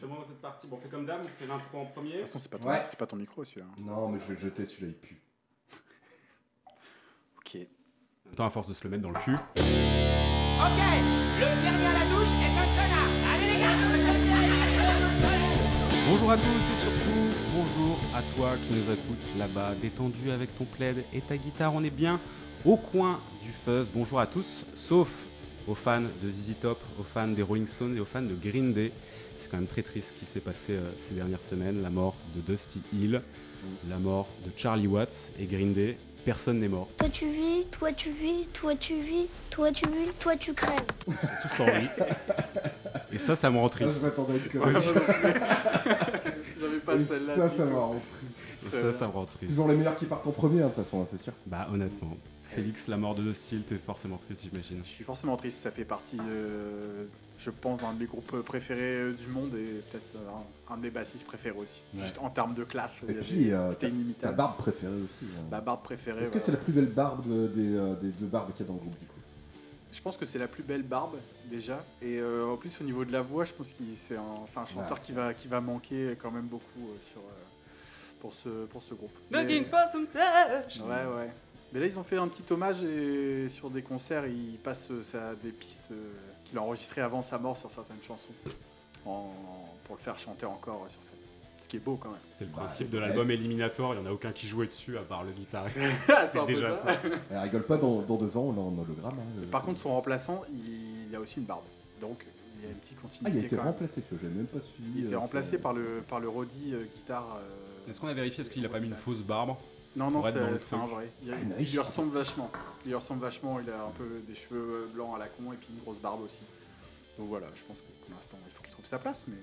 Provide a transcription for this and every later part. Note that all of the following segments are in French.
comment vous êtes parti Bon, on fait comme d'hab, on fait l'intro en premier. De toute façon, c'est pas, ton- Ouais. c'est pas ton micro celui-là. hein. Non, mais je vais le jeter, celui-là, il pue. Ok. Attends, à force de se le mettre dans le cul. Ok, le dernier à la douche est un connard. Allez les gars, Bonjour à tous et surtout, bonjour à toi qui nous écoutes là-bas, détendu avec ton plaid et ta guitare. On est bien au coin du fuzz. Bonjour à tous, sauf aux fans de ZZ Top, aux fans des Rolling Stones et aux fans de Green Day. C'est quand même très triste ce qui s'est passé euh, ces dernières semaines. La mort de Dusty Hill, la mort de Charlie Watts et Green Day. Personne n'est mort. Toi tu vis, toi tu vis, toi tu vis, toi tu vis, toi tu crèves. Tous en vie. Et ça, ça me rend Ah, triste. je m'attendais à une Ouais, connerie. J'avais pas Et celle-là. ça, du ça tout. m'a rendu triste. Et ça, ça me rend triste. C'est toujours les meilleurs qui partent en premier, hein, de toute façon, hein, c'est sûr. Bah honnêtement, Félix, la mort de Dusty Hill, t'es forcément triste, j'imagine. Je suis forcément triste, ça fait partie, euh, je pense, d'un de mes groupes préférés euh, du monde et peut-être euh, un, un de mes bassistes préférés aussi. Ouais. Juste en termes de classe, il y avait- puis, euh, c'était Ta inimitable. barbe préférée aussi. hein. Ma barbe préférée. Est-ce que voilà. c'est la plus belle barbe euh, des, euh, des deux barbes qu'il y a dans le groupe, du coup Je pense que c'est la plus belle barbe déjà. Et euh, en plus, au niveau de la voix, je pense que c'est un, c'est un chanteur Ouais, qui, va, qui va manquer quand même beaucoup euh, sur, euh, pour, ce, pour ce groupe. Mais- Ouais, ouais. Mais là, ils ont fait un petit hommage et sur des concerts, ils passent euh, ça, des pistes euh, qu'il a enregistrées avant sa mort sur certaines chansons en- pour le faire chanter encore euh, sur scène. Ce qui est beau quand même. C'est le Bah, principe de l'album éliminatoire, il n'y en a aucun qui jouait dessus à part le guitariste. C'est un peu déjà ça. Elle rigole pas, dans, dans deux ans, on l'a en hologramme. hein, le- Par contre, son remplaçant, il, a aussi une barbe. Donc, il y a une petite Ah, continuité. il a été quand même. remplacé, tu vois, j'avais même pas suivi. Il était euh, remplacé que- par le, par le Roddy euh, guitare. euh, Est-ce qu'on a vérifié est-ce qu'il a pas mis une fausse barbe Non, non, Pour être dans le c'est c'est truc. un vrai. Il, y a- Ah, une il riche lui ressemble fantastique. vachement. Il lui ressemble vachement. Il a un peu des cheveux euh, blancs à la con et puis une grosse barbe aussi. Donc voilà, je pense que pour l'instant, il faut qu'il trouve sa place, mais,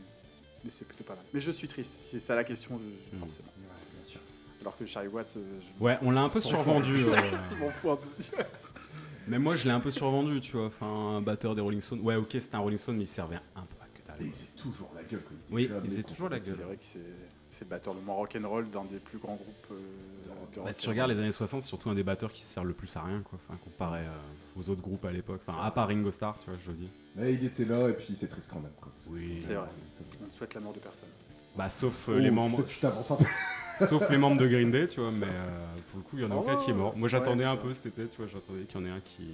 mais c'est plutôt pas mal. Mais je suis triste, si c'est ça la question, je- Hmm. je- Mm. forcément. Ouais, bien sûr. Alors que Charlie Watts, euh, je Ouais, on l'a un peu Sans survendu. fond. euh, je m'en fous un peu. Même moi, je l'ai un peu survendu, tu vois. Enfin, un batteur des Rolling Stones. Ouais, ok, c'était un Rolling Stone, mais il servait un peu à que dalle. Mais il faisait toujours la gueule quand il était Oui, jeune, il faisait mais toujours la complètement- c'est vrai que c'est c'est le batteur le moins rock'n'roll d'un des plus grands groupes. euh, De rock. de Bah, si tu rock'n'roll. regardes les années 60, c'est surtout un des batteurs qui sert le plus à rien, quoi. Enfin, comparé euh, aux autres groupes à l'époque. Enfin, à part Ringo Starr, tu vois, je le dis. Mais il était là, et puis c'est triste quand même. Quoi, parce que Oui. quand C'est même vrai. un Stones. On ne souhaite la mort de personne. Bah, sauf euh, Oh, les membres. peut-être Tu t'avances un peu. sauf les membres de Green Day, tu vois, mais euh, pour le coup, il y en a aucun qui est mort. Moi, j'attendais Ouais, un ça. peu cet été, tu vois, j'attendais qu'il y en ait un qui. Ils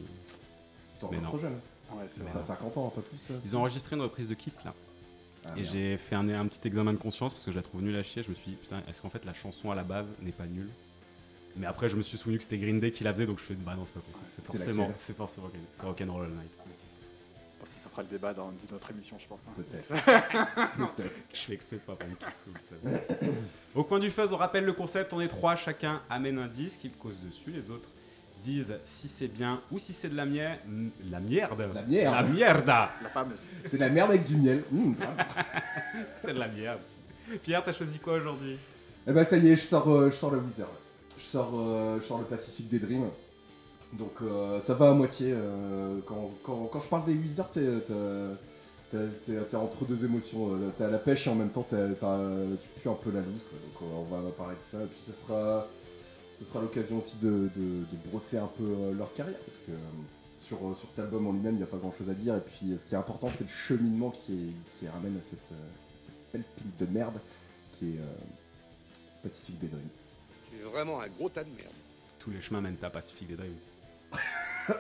sont Mais encore non. trop jeunes. hein. Ouais, c'est Mais Ça vrai. a 50 ans, pas plus. euh. Ils ont enregistré une reprise de Kiss là. Ah, et merde. j'ai fait un, un petit examen de conscience parce que je la trouve nulle à chier. Je me suis dit, putain, est-ce qu'en fait la chanson à la base n'est pas nulle Mais après, je me suis souvenu que c'était Green Day qui la faisait donc je fais, bah non, c'est pas possible. C'est C'est forcément, laquelle c'est forcément Green Day. C'est Rock'n'Roll All Night. Bon, ça, ça fera le débat dans- de notre émission, je pense. hein. Peut-être. Peut-être. Je fais exprès de pas prendre Kiss. vous le savez. Au coin du fuzz, on rappelle le concept on est trois, chacun amène un disque, il cause dessus, les autres disent si c'est bien ou si c'est de la mienne. La merde La merde. La merde La fameuse. C'est de la merde avec du miel. Mmh, grave. C'est de la merde Pierre, t'as choisi quoi aujourd'hui Eh ben ça y est, je sors, euh, je sors le Wizard. Je sors, euh, je sors le Pacific des Dreams. Donc euh, ça va à moitié. euh, quand, quand- quand je parle des Wizards, t'es, t'as- t'as- t'es- t'es entre deux émotions. euh, T'as la pêche et en même temps t'as- t'as- tu pues un peu la loose. quoi. Donc euh, on va parler de ça. Et puis ce sera, ce sera l'occasion aussi de, de- de brosser un peu euh, leur carrière. Parce que euh, sur, euh, sur cet album en lui-même, il n'y a pas grand-chose à dire. Et puis euh, ce qui est important, c'est le cheminement qui, est- qui ramène à cette, euh, cette belle pile de merde qui est... euh, Pacifique des Dreams. C'est vraiment un gros tas de merde. Tous les chemins mènent à Pacific des Dreams.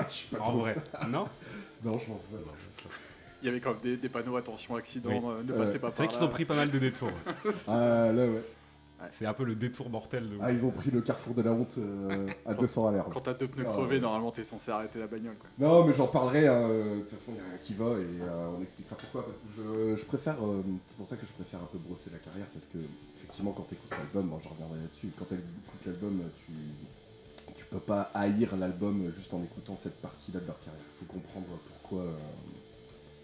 je suis pas En trop vrai, ça. non Non, je pense pas. Il y avait quand même des, des panneaux attention accident, Oui. euh, ne Euh, passez pas C'est vrai par qu'ils là. ont pris pas mal de détours. Ah là, ouais. C'est un peu le détour mortel de. Ah, ils ont pris le carrefour de la honte euh, à 200 à l'heure. Quand t'as deux pneus Ah, crevés, ouais. normalement t'es censé arrêter la bagnole. Quoi. Non, mais j'en parlerai. hein, De toute façon, il n'y a rien qui va et euh, on expliquera pourquoi. Parce que je, je préfère. euh, c'est pour ça que je préfère un peu brosser la carrière. Parce que, effectivement, quand t'écoutes l'album, bon, je reviendrai là-dessus. Quand t'écoutes l'album, tu. Tu peux pas haïr l'album juste en écoutant cette partie-là de leur carrière. Il faut comprendre pourquoi, euh,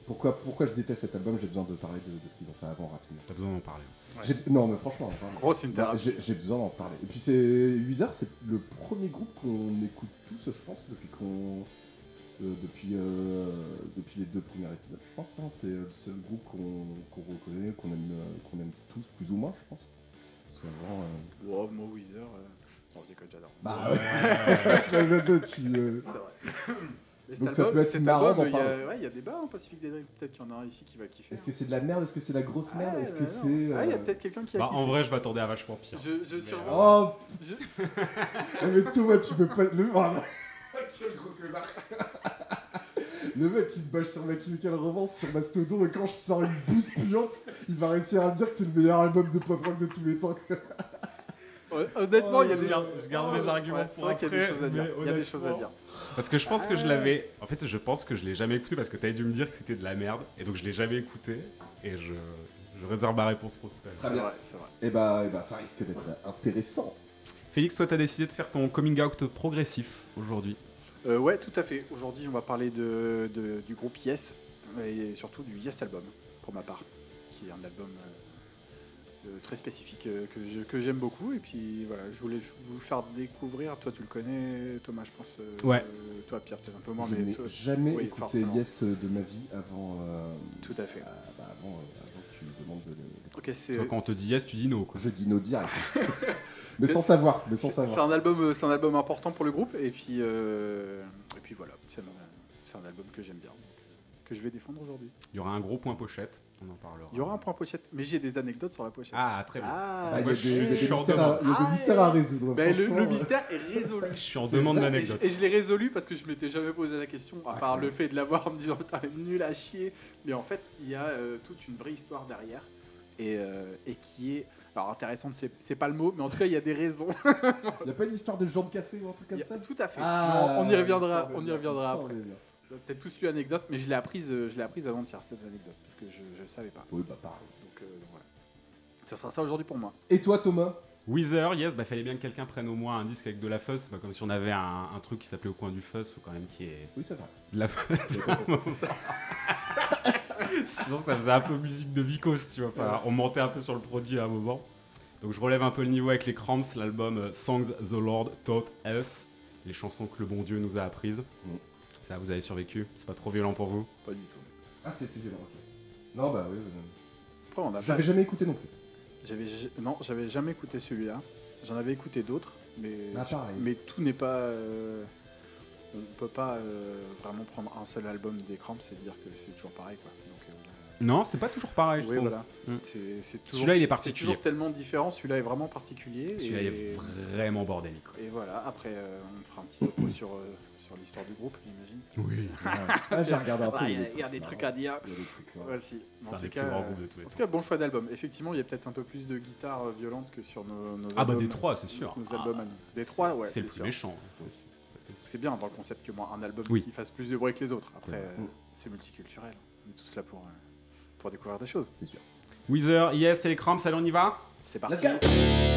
pourquoi, pourquoi je déteste cet album. J'ai besoin de parler de, de ce qu'ils ont fait avant rapidement. T'as besoin d'en parler. J'ai- Non, mais franchement, vraiment. Gros, c'est une Bah, thérapie. J'ai j'ai besoin d'en parler. Et puis c'est Wizard, c'est le premier groupe qu'on écoute tous, je pense, depuis qu'on euh, depuis euh, depuis les deux premiers épisodes, je pense. hein. c'est le seul groupe qu'on qu'on reconnaît, qu'on aime, euh, qu'on aime tous plus ou moins, je pense. Parce qu'avant, euh, Wow, moi, Weezer. euh, Non, je déconne, j'adore. bah ouais, je la note, tu, euh, C'est vrai. Mais Donc cet ça album- peut être cet marrant album, d'en il y a- parler. ouais, Il y a des bas en Pacific des Dreams. Peut-être qu'il y en a un ici qui va kiffer. hein. Est-ce que c'est de la merde Est-ce que c'est de la grosse Ah, merde Est-ce bah que non. c'est. Ah, il y a euh, peut-être quelqu'un qui a Bah, kiffé. en vrai, je m'attendais à vachement pire. euh, Je, je survole. Oh Je- Ah, mais toi, tu peux pas. Le... Oh, là. Quel gros connard Le mec, il me bâche sur ma chemical romance, sur Mastodon, et quand je sors une bouse puante, il va réussir à me dire que c'est le meilleur album de pop rock de tous les temps. Hon- Honnêtement, il y a Oh, des Je garde, je garde Oh, mes arguments Ouais, pour c'est vrai qu'il y a des après, choses à dire. mais Il y a des choses à dire. Parce que je pense que je l'avais. En fait, je pense que je l'ai jamais écouté parce que t'avais dû me dire que c'était de la merde. Et donc, je l'ai jamais écouté. Et je, je réserve ma réponse pour tout à l'heure. Ah, C'est bien. vrai, c'est vrai. Et bah, et bah ça risque d'être intéressant. Félix, toi, t'as décidé de faire ton coming out progressif aujourd'hui. Euh, ouais, tout à fait. Aujourd'hui, on va parler de, de- du groupe Yes et surtout du Yes album, pour ma part, qui est un album euh, euh, très spécifique euh, que je- que j'aime beaucoup. Et puis voilà, je voulais vous le faire découvrir. Toi, tu le connais, Thomas, je pense. euh, Ouais. euh, toi, Pierre, peut-être un peu moins, je mais n'ai toi, jamais oui, écouté forcément. Yes de ma vie avant. euh, tout à fait. bah, bah, avant, euh, avant que tu me demandes de le. Ok, c'est Toi, quand on te dit yes, tu dis no. Quoi. Je dis no direct. mais sans savoir, mais sans c'est c'est savoir. un album, euh, c'est un album important pour le groupe. Et puis euh, et puis voilà, c'est un, c'est un album que j'aime bien, donc, que je vais défendre aujourd'hui. Il y aura un gros point pochette. On en parlera. Il y aura un point pochette, mais j'ai des anecdotes sur la pochette. Ah, très bien. Ah, Ah, Il y Moi, a je des, il y a suis- des je suis en mystères, à, demande. il y a des Ah, mystères à résoudre. Ben, le, franchement, le euh. mystère est résolu. Je suis en C'est demande vrai. Et je, d'anecdote. Ah, et je l'ai résolu parce que je m'étais jamais posé la question, à Ah, part clairement. le fait de l'avoir en me disant putain nul à chier. Mais en fait, il y a euh, toute une vraie histoire derrière et, euh, et qui est alors intéressante. C'est c'est pas le mot, mais en tout cas, il y a des raisons. Il y a pas une histoire de jambe cassée ou un truc Il comme y a- ça tout à fait. Ah, on, on y reviendra. il semble On y bien, il reviendra. semble après. bien. Vous avez Peut-être tous lu l'anecdote, mais je l'ai apprise, euh, je l'ai apprise avant-hier cette anecdote parce que je, je savais pas. Oui, bah pareil. Donc, euh, donc voilà. Ça sera ça aujourd'hui pour moi. Et toi, Thomas Weezer, yes, bah fallait bien que quelqu'un prenne au moins un disque avec de la fuzz. C'est pas comme si on avait un, un truc qui s'appelait Au coin du fuzz. Faut quand même qu'il y ait Oui, ça va. de la fuzz. Sinon, ça faisait un peu musique de Vicos, tu vois. Enfin, on montait un peu sur le produit à un moment. Donc, je relève un peu le niveau avec les Cramps, l'album euh, Songs the Lord Taught Us, les chansons que le bon Dieu nous a apprises. Mm. Ça, vous avez survécu C'est pas trop violent pour vous Pas du tout. Ah, c'est c'est violent, ok. Non, bah oui, oui, non. Après, on a Je l'avais jamais écouté non plus. J'avais ja- non, j'avais jamais écouté celui-là. J'en avais écouté d'autres, mais Bah, pareil. mais tout n'est pas. euh, on peut pas euh, vraiment prendre un seul album des Cramps et dire que c'est toujours pareil quoi. Donc, euh, Non, c'est pas toujours pareil, je oui, trouve. voilà. Mm. C'est- c'est toujours- Celui-là, il est C'est particulier. toujours tellement différent. Celui-là est vraiment particulier. Celui-là, il est et, vraiment bordélique. quoi. et voilà. Après, euh, on fera un petit topo sur euh, sur l'histoire du groupe, j'imagine. Oui. Ah, j'ai regardé un peu. Là, il y a- il y a des trucs à dire. Il y a des trucs, ouais. Voici. C'est En un tout des cas, plus grands euh, groupes de tous les en tout temps. cas, bon choix d'album. Effectivement, il y a peut-être un peu plus de guitare euh, violente que sur nos, nos Ah, bah, albums. des trois, c'est sûr. Nos Ah, albums à nous. Des trois, ouais. c'est le plus sûr. méchant. Oui. C'est bien dans le concept que moi, un album Oui. qui fasse plus de bruit que les autres. Après, Ouais. euh, Mm. c'est multiculturel. On est tous là pour, euh, pour découvrir des choses. C'est sûr. Weezer, yes, et les Cramps, allez, on y va C'est Let's parti. go